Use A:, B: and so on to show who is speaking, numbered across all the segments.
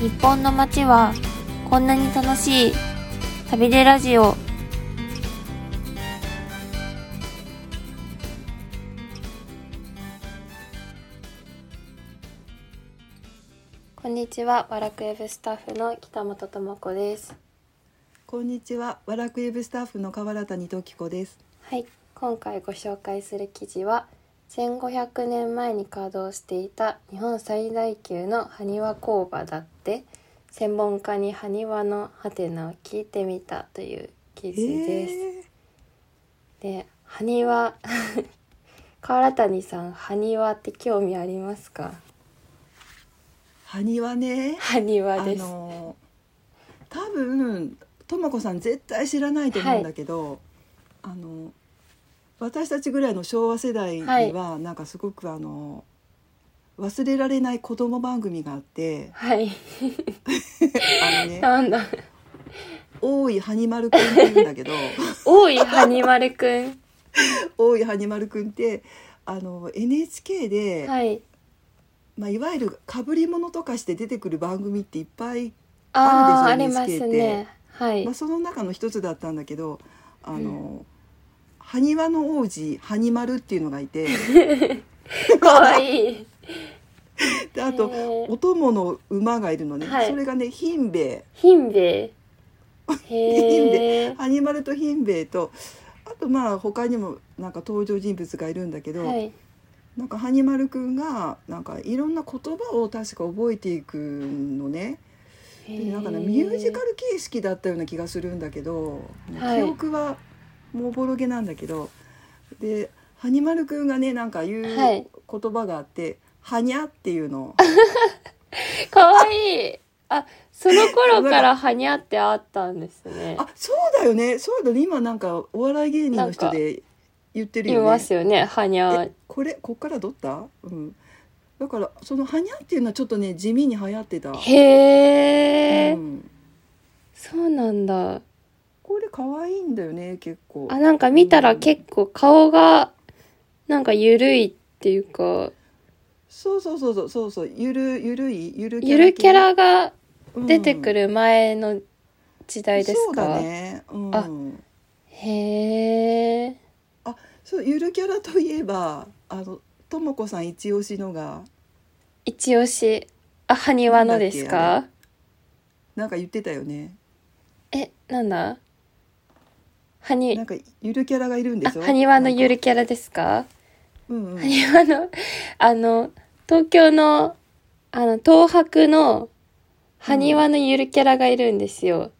A: 日本の街はこんなに楽しい旅でラジオこんにちはワラクウェブスタッフの北本智子です
B: こんにちは、ワラクウェブスタッフの河原谷時子です。
A: はい今回ご紹介する記事は1500年前に稼働していた日本最大級の埴輪工場だって専門家に埴輪のハテナを聞いてみたという記事です、
B: え
A: で埴輪 河原谷さん埴輪って興味ありますか
B: ー、埴輪ね、
A: 埴
B: あ
A: 輪です
B: の多分ともこさん絶対知らないと思うんだけど、あの私たちぐらいの昭和世代には、なんかすごくあの忘れられない子供番組があって、
A: はい
B: あのね、
A: なんだ
B: 大井はにまるくんって言うん だけど、
A: 多い埴丸くん
B: 大井はにまるくんってあの NHK で、
A: はい
B: まあいわゆる被り物とかして出てくる番組っていっぱい
A: ああーあ
B: あ
A: り
B: るでしょ
A: ます
B: NHK って
A: ねはい
B: まあ、その中の一つだったんだけどあの、埴輪の王子ハニマルっていうのがいて
A: 可愛い
B: で あと、
A: へー
B: お供の馬がいるのね、
A: はい
B: それがねヒンベ
A: ヒンベイ
B: イヒンベ
A: へ
B: イ
A: え
B: ハニマルとヒンベイとあとまあ他にもなんか登場人物がいるんだけど、
A: はい
B: なんかハニマルくんがなんかいろんな言葉を確か覚えていくのね
A: へ
B: で
A: ー
B: なんかねミュージカル形式だったような気がするんだけど、
A: はい
B: 記憶はもうぼろげなんだけどでハニマルくんがねなんか言う
A: はい
B: 言葉があって「はにゃ」っていうの
A: 可愛いあその頃からハニャってあったんですね
B: あそうだよねそうだね今なんかお笑い芸人の人で言ってる
A: い
B: よね。
A: ますよねハニャ
B: えこれこっからどった、うん、だからその「はにゃ」っていうのはちょっとね地味に流行ってた。
A: へえ、
B: うん
A: そうなんだ
B: これ可愛いんだよね結構
A: あなんか見たら結構顔がなんかゆるいっていうか
B: そうそうそうそうそうそうゆるゆるいゆる
A: ゆるキャラが
B: ラ
A: 出てく
B: る
A: る前の時代ですか、
B: そうだね、うん、
A: あへえ
B: そうゆるキャラといえばあのともこさん一押しのが
A: 一押しあ埴輪のです
B: な
A: か
B: なんか言ってたよね
A: えなんだ埴
B: なんかゆるキャラがいるんで
A: あ
B: しょ
A: 埴輪のゆ
B: る
A: るキャラですか
B: うんうん
A: 埴輪のあの東京のあの東博の埴輪のゆるキャラがいるんですよ、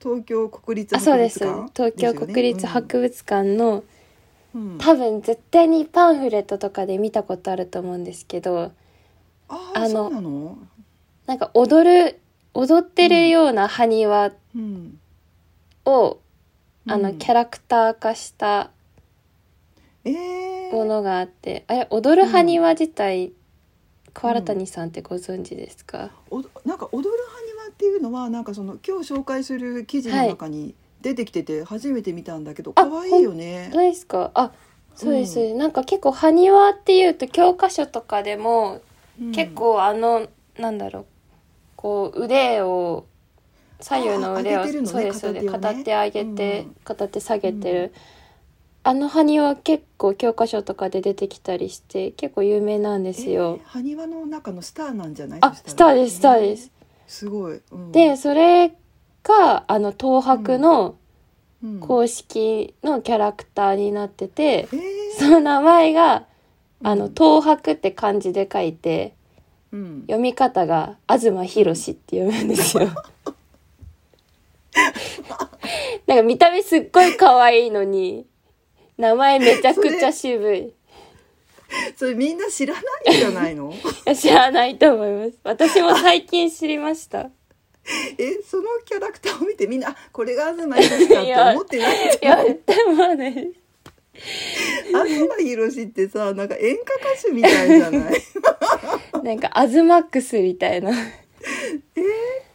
B: 東京国立
A: あそう
B: 博
A: で
B: 物
A: す
B: 館
A: 東京国立博物館の、
B: 物館、うんうん
A: 多分絶対にパンフレットとかで見たことあると思うんですけど
B: あ
A: あの
B: あそうなの
A: なんか踊る踊ってるような埴輪
B: うん
A: を、あのキャ
B: ラ
A: ラクター化した
B: え
A: も
B: ー、
A: のがあって、あれ踊る埴輪自体、小新谷さんってご存知ですか、
B: おなんか踊る埴輪っていうのはなんかその今日紹介する記事の中に出てきてて初めて見たんだけど、
A: あ
B: 可愛いよね
A: どうですかあそうです、なんか結構埴輪っていうと教科書とかでも、
B: うん
A: 結構あのなんだろうこう腕を左右の腕
B: あ
A: を、
B: 上げてるのね
A: そうですそうです片
B: 片
A: 手
B: 手
A: 上げて、
B: うん
A: 片手下げてる、
B: う
A: あの埴輪結構教科書とかで出てきたりして結構有名なんですよ
B: えー、埴輪の中のスターなんじゃない
A: あ
B: そし
A: スタ
B: たら
A: ーですスターです、
B: すごい、うん
A: で、それがあの東博の
B: うん
A: 公式のキャラクターになってて、
B: えー
A: その名前があの
B: うん
A: 東博って漢字で書いて
B: うん、
A: 読み方が東博士って読むんですよ。 なんか見た目すっごい可愛いのに名前めちゃくちゃ渋い。い
B: それみんな知らないんじゃないの
A: や知らないと思います。私も最近知りました。
B: えそのキャラクターを見てみんなあこれが東博かって思ってない
A: いや、でもね、
B: 東博士ってさなんか演歌歌手みたいじゃない
A: なんかアズマックスみたいな。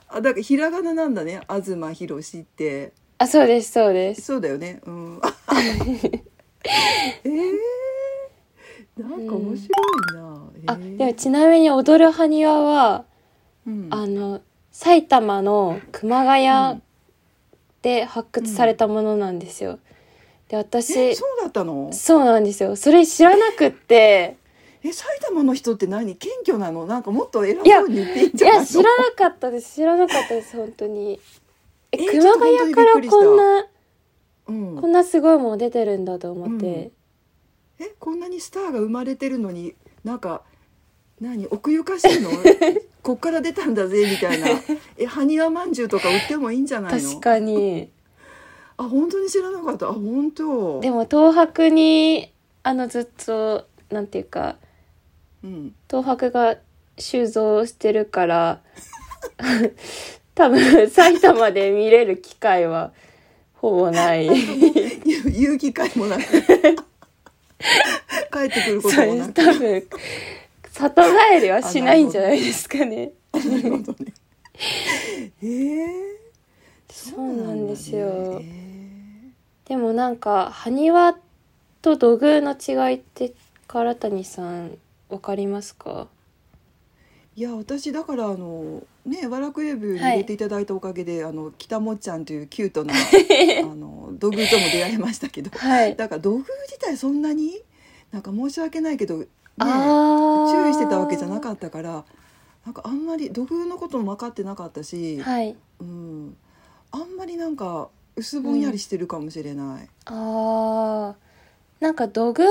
B: あだからひらがななんだね東博士って
A: あ、そうです、そうです。
B: そうだよねうん えー、なんか面白いな、え
A: あ、
B: ー
A: でもちなみに踊る埴輪は、
B: うん
A: あの、埼玉の熊
B: う
A: 谷
B: ん
A: で発掘されたものなんですよ。で
B: え
A: 私
B: そうだったの
A: そうなんですよそれ知らなくって
B: え埼玉の人って何謙虚なのなんかもっと偉そうに言っていいん
A: い
B: じゃないの
A: や知らなかったです知らなかったです本当に。え
B: え
A: 熊谷から
B: ちょっと本当にびっくりした
A: こんな
B: うん
A: こんなすごいもの出てるんだと思って、
B: うんえこんなにスターが生まれてるのになんか何奥ゆかし いのこっから出たんだぜみたいなえ埴輪まんじゅうとか売ってもいいんじゃないの
A: 確かに。
B: あ本当に知らなかったあ本当
A: でも東博にあのずっとなんていうか
B: うん、
A: 東博が収蔵してるから多分埼玉で見れる機会はほぼない
B: ゆ遊戯 会もなく帰ってくることもな
A: そう
B: く
A: 多分里帰りはしないんじゃないですかね
B: なるほどねえー、
A: そうなんです
B: そうなんだ
A: よ
B: ね
A: でもなんか埴輪と土偶の違いって唐谷さんわかりますか
B: えーいや私だからあのね和楽エブに入れていただいたおかげで、あの北もっちゃんというキュ ートなあの土偶とも出会いましたけど
A: はい
B: だから土偶自体そんなになんか申し訳ないけど、ね、
A: あ
B: 注意してたわけじゃなか
A: っ
B: ったからなんかあんまり土偶のことも分かってなかったし、
A: はい
B: うん、あんまりなんか薄ぼんやりしてるかもしれない。
A: あーなんか土偶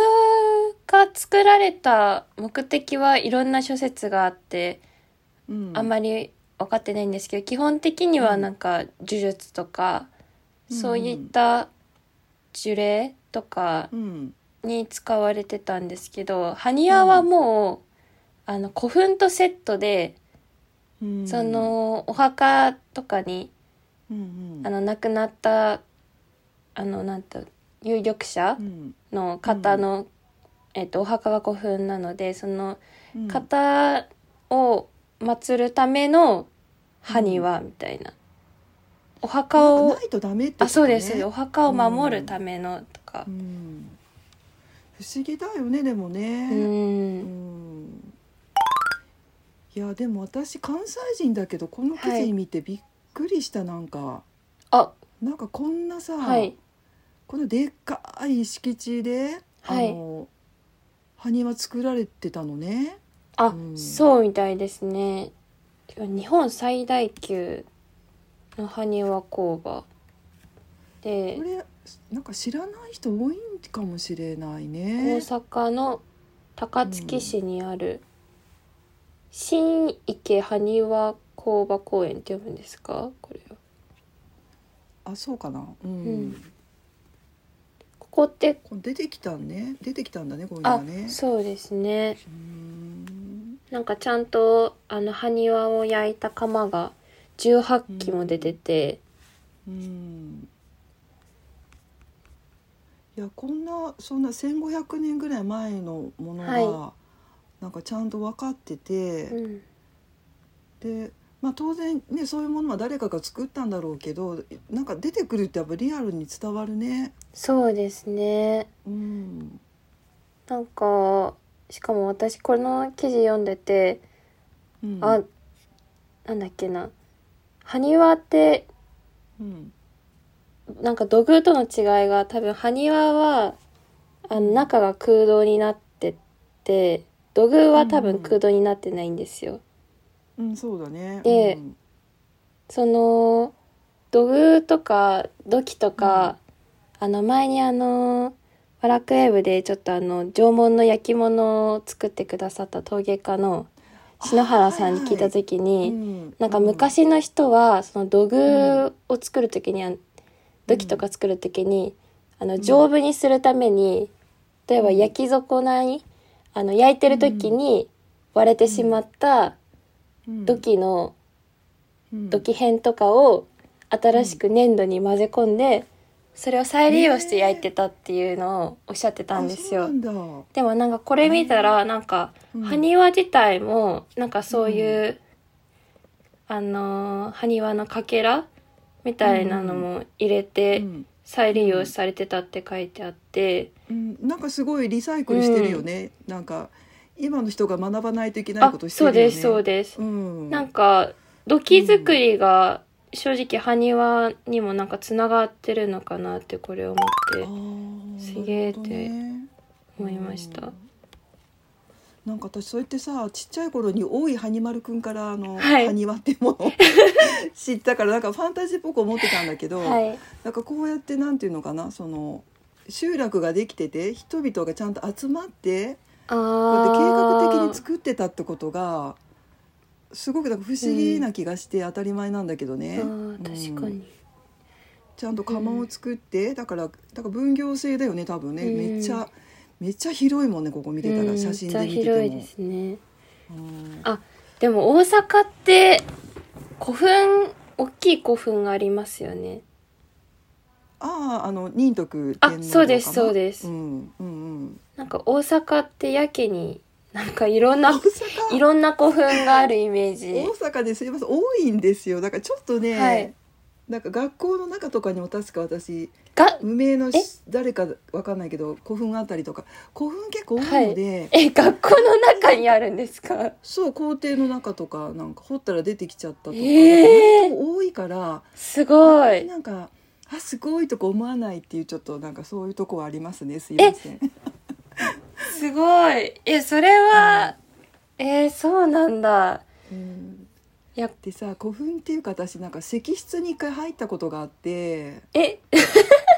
A: が作られた目的はいろんな諸説があって、
B: うん
A: あんまり分かってないんですけど基本的にはなんか呪術とか、
B: うん
A: そういった呪霊とか
B: うん
A: に使われてたんですけど埴輪はもう、あの古墳とセットで、
B: うん
A: そ、のお墓とかに
B: うんうん、
A: あの亡くなったあのなんと有力者
B: うん、
A: の方の、えっとお墓が古墳なのでその
B: うん、
A: 方を祀るための埴輪みたいな、お墓を、
B: ないとダメってことね、
A: あそうですそうですお墓を守るためのとか
B: うん、不思議だよねでもね。
A: うん、
B: うんいやでも私関西人だけどこの記事見てびっくりした、なんか
A: あ
B: なんかこんなさ、
A: はい
B: このでっかい敷地で、
A: はい
B: あの埴輪作られてたのね。
A: あ、
B: うん
A: そうみたいですね日本最大級の埴輪工場で
B: これなんか知らない人多いんかもしれない
A: 大
B: ね。
A: 阪の高槻市にある新池埴輪工場公園って読むんですかこれは
B: あそうかな。うん。
A: うんここって
B: これ出てきたんね出てきたんだねこういうの
A: あ
B: がね。
A: そうですね
B: うん
A: なんかちゃんとあの埴輪を焼いた窯が18基も出てて、
B: うんいやこんなそんな1,500年ぐらい前のものが、
A: は
B: なんかちゃんと分かって
A: う
B: て、
A: ん
B: で、まあ、当然ねそういうものは誰かが作ったんだろうけどなんか出てくるってやっぱリアルに伝わるね。
A: そうですね
B: うん
A: なんかしかも私この記事読んでて
B: うん
A: あなんだっけな埴輪って
B: うん
A: なんか土偶との違いが多分埴輪はあの中が空洞になってて土偶は多分空洞になってないんですよ。
B: うん、そうだね。
A: で
B: うん
A: その土偶とか土器とか、あの前にあのワラクウェブでちょっとあの縄文の焼き物を作ってくださった陶芸家の篠原さんに聞いた時に、
B: うん
A: なんか昔の人はその土偶を作る時に、あの土器とか作る時に、あの丈夫にするために例えば焼き損ないあの焼いてる時に割れてしまった
B: うん
A: 土器の
B: うん
A: 土器片とかを新しく粘土に混ぜ込んでそれを再利用して焼いてたっていうのをおっしゃってたんです
B: あ
A: よ
B: そう。なんだ
A: でもなんかこれ見たらなんか
B: うん
A: 埴輪自体もなんかそういう、あのー埴輪のかけらみたいなのも入れて
B: うん
A: 再利用されてたって書いてあって、
B: うん、なんかすごいリサイクルしてるよね、なんか今の人が学ばないといけない
A: あ
B: ことして
A: そう
B: るよね
A: ですそうです、
B: うん、
A: なんか土器作りが正直埴輪にもなんかつながってるのかなってこれを思ってすげーって思いました。
B: なんか私そうやってさちっちゃい頃に大井はにまるくんからあの、
A: はい
B: はにわっていうもの を知ったからなんかファンタジーっぽく思ってたんだけど、
A: はい
B: なんかこうやってなんていうのかなその集落ができてて人々がちゃんと集まって
A: あ
B: こうやって計
A: ー
B: 画的に作ってたってことがすごくなんか不思議な気がして当たり前なんだけどね。
A: あー確か
B: うん
A: に、
B: ちゃんと窯を作って、だからだから分業制だよね多分ね、
A: うん
B: めっちゃめっちゃ広いもんねここ見てた
A: う
B: ら
A: ん
B: 写真で見てても。
A: めっちゃ広いですね
B: うん
A: あでも大阪って古墳大きい古墳がありますよね
B: あああの仁徳
A: あ
B: 天皇の
A: そうです
B: かな
A: そうです
B: うんうんうん。
A: なんか大阪ってやけになんかいろん な
B: 大阪
A: いろんな古墳があるイメージ
B: 大阪ですいません多いんですよ。だからちょっとね、
A: はい
B: なんか学校の中とかにも確か私
A: が
B: 無名の
A: え
B: 誰かわかんないけど古墳あたりとか古墳結構多いので、
A: え学校の中にあるんですか
B: そう校庭の中とかなんか掘ったら出てきちゃったとか、
A: えー
B: なんか割と多いから。
A: すごい
B: なんかあすごいとか思わないっていうちょっとなんかそういうとこはありますねすいません。
A: すごいえそれはえー、そうなんだ
B: うん
A: いや
B: でさ古墳っていうか私なんか石室に一回入ったことがあって
A: え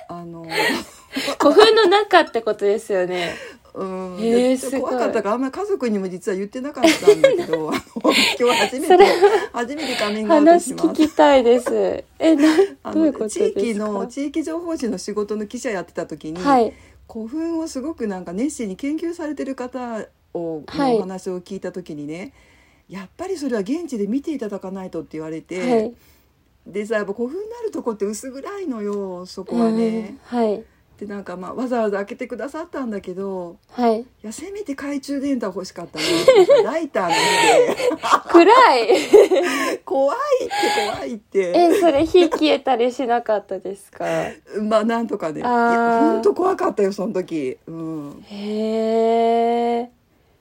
B: あの
A: 古墳の中ってことですよね
B: うん、
A: へー
B: ちょ
A: す
B: っと
A: ごい
B: 怖かったからあんまり家族にも実は言ってなかったんだけどあの今日初
A: そ
B: め
A: れ
B: て初めて仮面が
A: 話
B: 私
A: 聞きたいですえな
B: あ
A: どういうこ
B: の
A: とです
B: 地
A: か
B: 域の地域情報誌の仕事の記者やってた時に、
A: はい
B: 古墳をすごくなんか熱心に研究されてる方を
A: は
B: の
A: い
B: お話を聞いた時にね、やっぱりそれは現地で見ていただかないとって言われて、
A: はい
B: でさやっぱ古墳になるとこって薄暗いのよそこはね。
A: うんはい
B: でなんかまあわざわざ開けてくださったんだけど
A: はい
B: いやせめて懐中電灯は欲しかったなライターなん
A: 暗い
B: で 怖いって怖いって
A: えそれ火消えたりしなかったですかへ
B: まあなんとかねい
A: あ
B: や
A: ー
B: ほんと怖かったよその時、うん、
A: え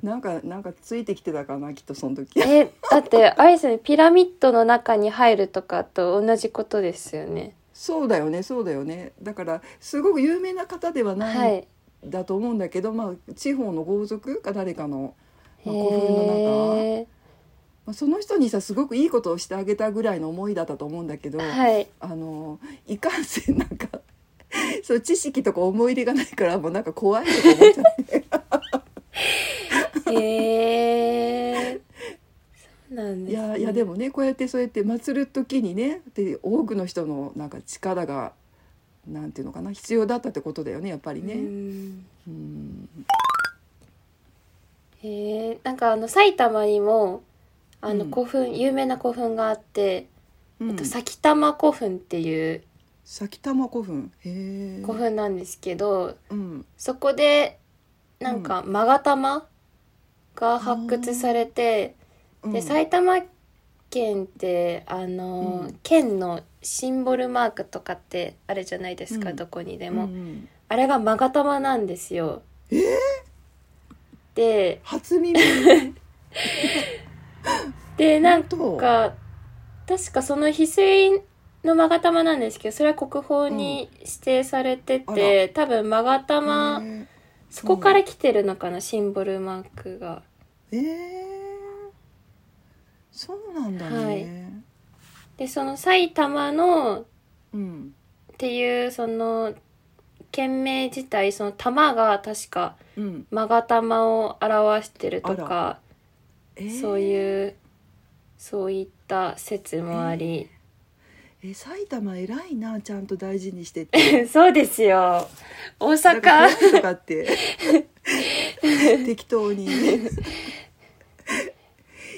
B: なんかなんかついてきてたかなきっとその時
A: えだってあれですよねピラミッドの中に入るとかと同じことですよね
B: そうだよねそうだよねだからすごく有名な方では
A: は
B: ない
A: い
B: んだと思うんだけど、まあ、地方の豪族か誰かの、
A: へ
B: まあ、古墳の中、
A: え
B: まあ、その人にさすごくいいことをしてあげたぐらいの思いだったと思うんだけど、
A: はい
B: あのいかんせんなんか そう知識とか思い入れがないからもうなんか怖いとか思っちゃって
A: へえそうなんで
B: い
A: す、ね、
B: やいやで
A: も
B: もねこうやってそうやって祭る時にねで多くの人のなんか力がなんていうのかな必要だったってことだよねやっぱりね。うん
A: へえなんかあの埼玉にもあの
B: うん
A: 古墳、有名な古墳があって、
B: うん
A: えっと埼玉古墳っていう
B: 先玉古墳へえ
A: 古墳なんですけど
B: うん
A: そこでなんか勾玉が発掘されて、
B: うん
A: で埼玉県ってあの、
B: うん
A: 県のシンボルマークとかってあるじゃないですか、
B: うん
A: どこにでも、
B: うんうん
A: あれが勾玉なんですよ。
B: えー
A: で
B: 初耳
A: で なん
B: と
A: か確かその翡翠の勾玉なんですけどそれは国宝に指定されてて、多分勾玉、
B: へ
A: そこから来てるのかなシンボルマークが。
B: ええそうなんだね、
A: はいでその埼玉の
B: うん
A: っていうその県名自体その玉が確か
B: うん
A: 勾玉を表してると
B: あ
A: か、
B: えー
A: そういうそういった説もあり、
B: え埼玉偉いなちゃんと大事にして て
A: そうですよ大
B: なんか
A: 阪
B: 怖いとかって 適 当に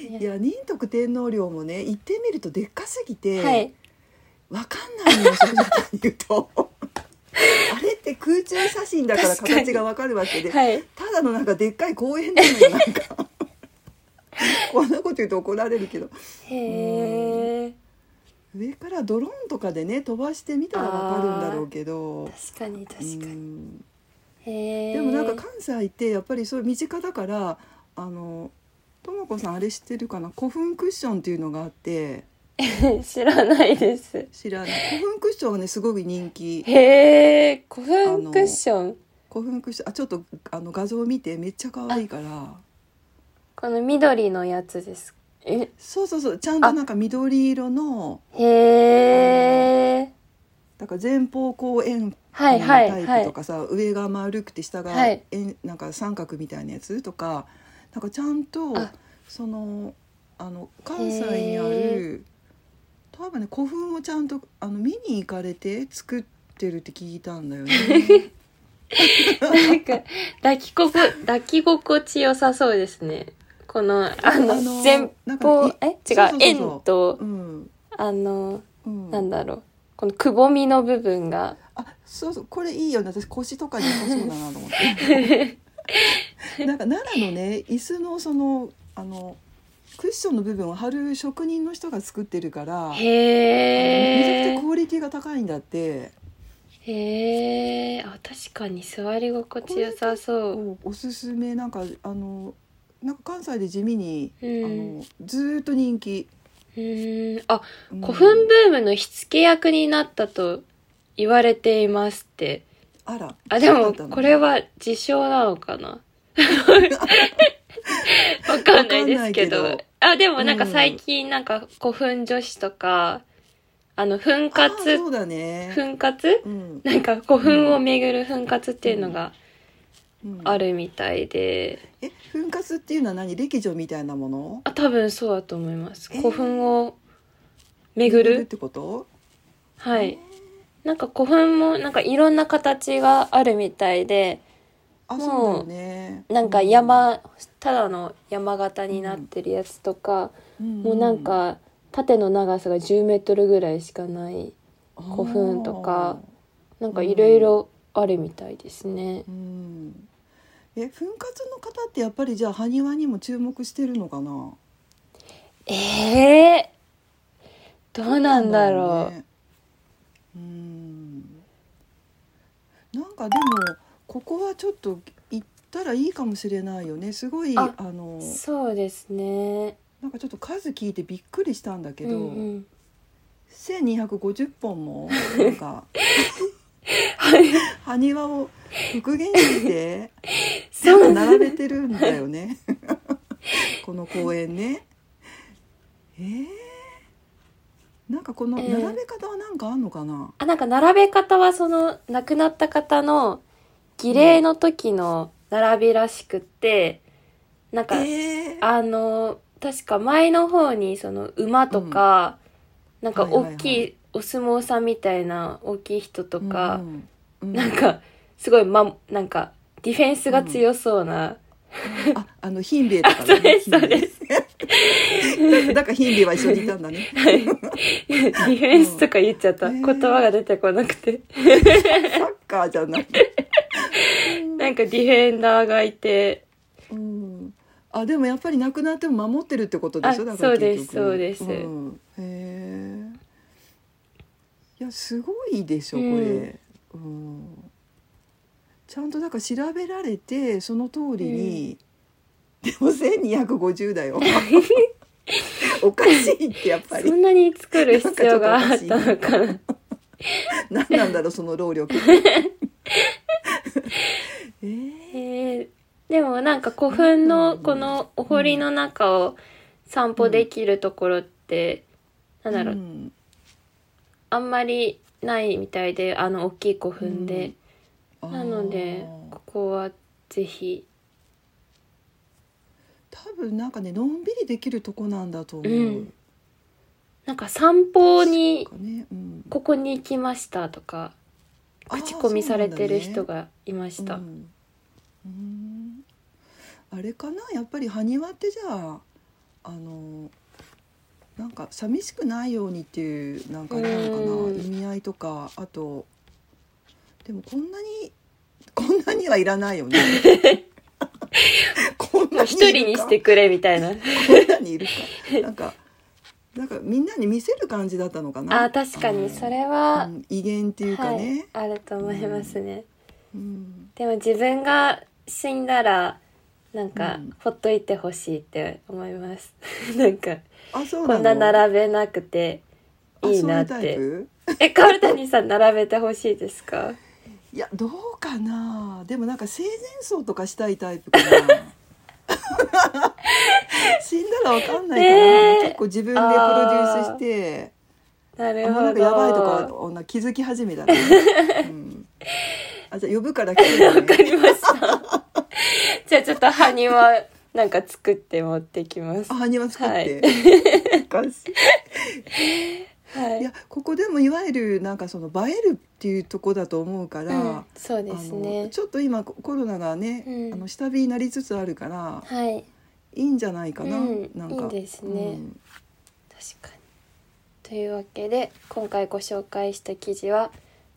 B: いや仁徳天皇陵もね行ってみるとでっかすぎて、
A: はい
B: わかんないのよ正直に言うとあれって空中写真だから
A: 確かに
B: 形がわかるわけで、
A: はい
B: ただのなんかでっかい公園なのよなんか こんなこと言うと怒られるけど
A: へえ
B: 上からドローンとかでね飛ばしてみたらわかるんだろうけど
A: 確かに確か
B: う
A: に
B: ん
A: へえ
B: でもなんか関西ってやっぱりそういう身近だからあのともこさんあれ知ってるかな古墳クッションっていうのがあって
A: 知らないです
B: 知らない古墳クッションがねすごく人気
A: へえ古墳クッション
B: 古墳クッションあちょっとあの画像見てめっちゃ可愛いから
A: この緑のやつですえ
B: そうそうそうちゃんとなんか緑色の
A: へえ
B: だから前方後円の
A: はいはい
B: タイプとかさ、上が丸くて下が
A: はい
B: 円なんか三角みたいなやつとかなんかちゃんと
A: あ
B: そのあの関西にある多分ね古墳をちゃんとあの見に行かれて作ってるって聞いたんだよね。
A: なんか抱きここ抱き心地良さそうですねこのあの
B: あの
A: 前
B: なんか
A: 方
B: い
A: え違う
B: そうそうそうそう
A: 円と
B: うん
A: あの
B: うん、
A: なんだろうこのくぼみの部分が
B: あそうそうこれいいよね私腰とかに良さそうだなと 思って。なんか奈良のね椅子のそのあのクッションの部分を貼る職人の人が作ってるからめちゃ
A: へ
B: くちゃ
A: ー
B: クオリティが高いんだって
A: へーあ確かに座り心地良さそう
B: おおすすめなんかあのなんか関西で地味に、
A: うん
B: あのずーっと人気、
A: うーんあ
B: うん
A: 古墳ブームの火付け役になったと言われていますって
B: あら
A: あで
B: そ
A: も
B: うだったの
A: これは自称なのかな わかんないですけど
B: わかんないけど
A: あでもなんか最近なんか古墳女子とか、あの墳
B: あ
A: 活
B: そうだね、
A: 墳活
B: うん
A: なんか古墳を巡る墳活っていうのが
B: うん、
A: あるみたいで、
B: え墳活っていうのは何歴女みたいなもの
A: あ多分そうだと思います
B: えー
A: 古墳を巡る、
B: ってこと
A: はいなんか古墳もなんかいろんな形があるみたいで
B: あ
A: もう
B: そうだよね
A: なんか山、ただの山形になってるやつとか、もうなんか縦の長さが10メートルぐらいしかない古墳とかなんかいろいろあるみたいですね
B: あー、うんえ墳活の方ってやっぱりじゃあ埴輪にも注目してるのかな
A: えー、どうなんだろう
B: ねうんなんかでもここはちょっと行ったらいいかもしれないよねすごいあ
A: あ
B: の
A: そうですね
B: なんかちょっと数聞いてびっくりしたんだけ
A: う
B: ど、
A: んうん、
B: 1250 本もなんか埴輪を復元して
A: そうなん
B: 並べてるんだよ ねこの公園ねえー、なんかこの
A: えー
B: 並べ方はなんかあんのかな、
A: あなんか並べ方はその亡くなった方の儀礼の時の並びらしくって、なんか、
B: えー
A: あの確か前の方にその馬とか、なんか大きい,、
B: はいはい
A: お相撲さんみたいな大きい人とか、
B: うんうん
A: なんかすごい、ま、なんかディフェンスが強そうな、
B: ああのヒンベイとか
A: そうです
B: ヒン
A: そう
B: ベイ
A: です
B: だからヒンベイは一緒にいたんだね
A: ディフェンスとか言っちゃった、
B: うん
A: 言葉が出てこなくて
B: サッカーじゃない、
A: なんかディフェンダーがいて
B: うん、あでもやっぱり亡くなっても守ってるってことでしょ
A: あ
B: だから
A: そうです
B: 結局
A: そうです
B: ん、へえいやすごいでしょこれ、うんちゃんとだから調べられてその通りに、でも1250 だよおかしいってやっぱり
A: そんなに作る必要があったのかな
B: 何なんだろうその労力えー
A: えーでもなんか古墳
B: う
A: の
B: ん
A: このお堀の中を散歩できるところって、なんだろう、
B: ん
A: あんまりないみたいであの大きい古墳で、
B: あー
A: なのでここはぜひ
B: 多分なんかねのんびりできるとこなんだと思う、
A: うんなんか散歩に
B: なんかねうん
A: ここに行きましたとか
B: あー
A: 口コミされてる人
B: そう
A: がいました、
B: なんだねうんうんあれかなやっぱり埴輪ってじゃああのなんか寂しくないようにっていうなんかあれなのかな、
A: うん
B: 意味合いとかあとでもこんなに こんなにはいらな いよねこん
A: も
B: な
A: う
B: にいる
A: 一
B: か
A: 人にしてくれみたい な
B: こんなにいるかなんかなんかみんなに見せる感じだったのかな
A: あー確かにそ
B: っ
A: れは、
B: 威厳っていうか
A: はい
B: ね、
A: あると思いますね、
B: うん
A: でも自分が死んだらなんか、
B: うん
A: ほっといてほしいって思います なんか
B: あそう
A: こ
B: なの
A: んな並べなくていいなっ
B: あそういうタイ
A: て
B: プ
A: え川谷さん並べてほしいですか
B: いやどうかなでもなんか生前葬とかしたいタイプか な死んだらわかんないから、
A: ねえ
B: 結構自分でプロデュースして
A: な
B: あ
A: る
B: もう
A: ほ
B: な
A: ど
B: んかやばいとか女気づき 始めたら、うん、あじゃあ呼ぶから来てね、
A: わかりました じゃあちょっと埴輪なんか作って持ってきます
B: あ埴輪作って、おかしい
A: はい
B: いやここでもいわゆるなんかその映えるっていうとこだと思うから、
A: うん、そうです
B: あの
A: ね
B: ちょっと今コロナがね、
A: うん
B: あの下火になりつつあるから
A: はい
B: いいんじゃないかな、
A: うん
B: なんか
A: いいですね
B: うん
A: 確かにというわけで今回ご紹介した記事は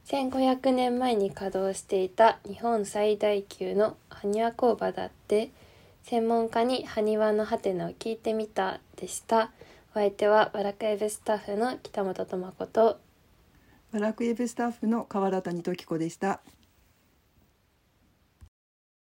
A: 1500年前に稼働していた日本最大級の埴輪工場だって専門家に埴輪のハテナを聞いてみたでしたお相手はバラクエブスタッフの北本智子と
B: バラクエブスタッフの河原谷時子でした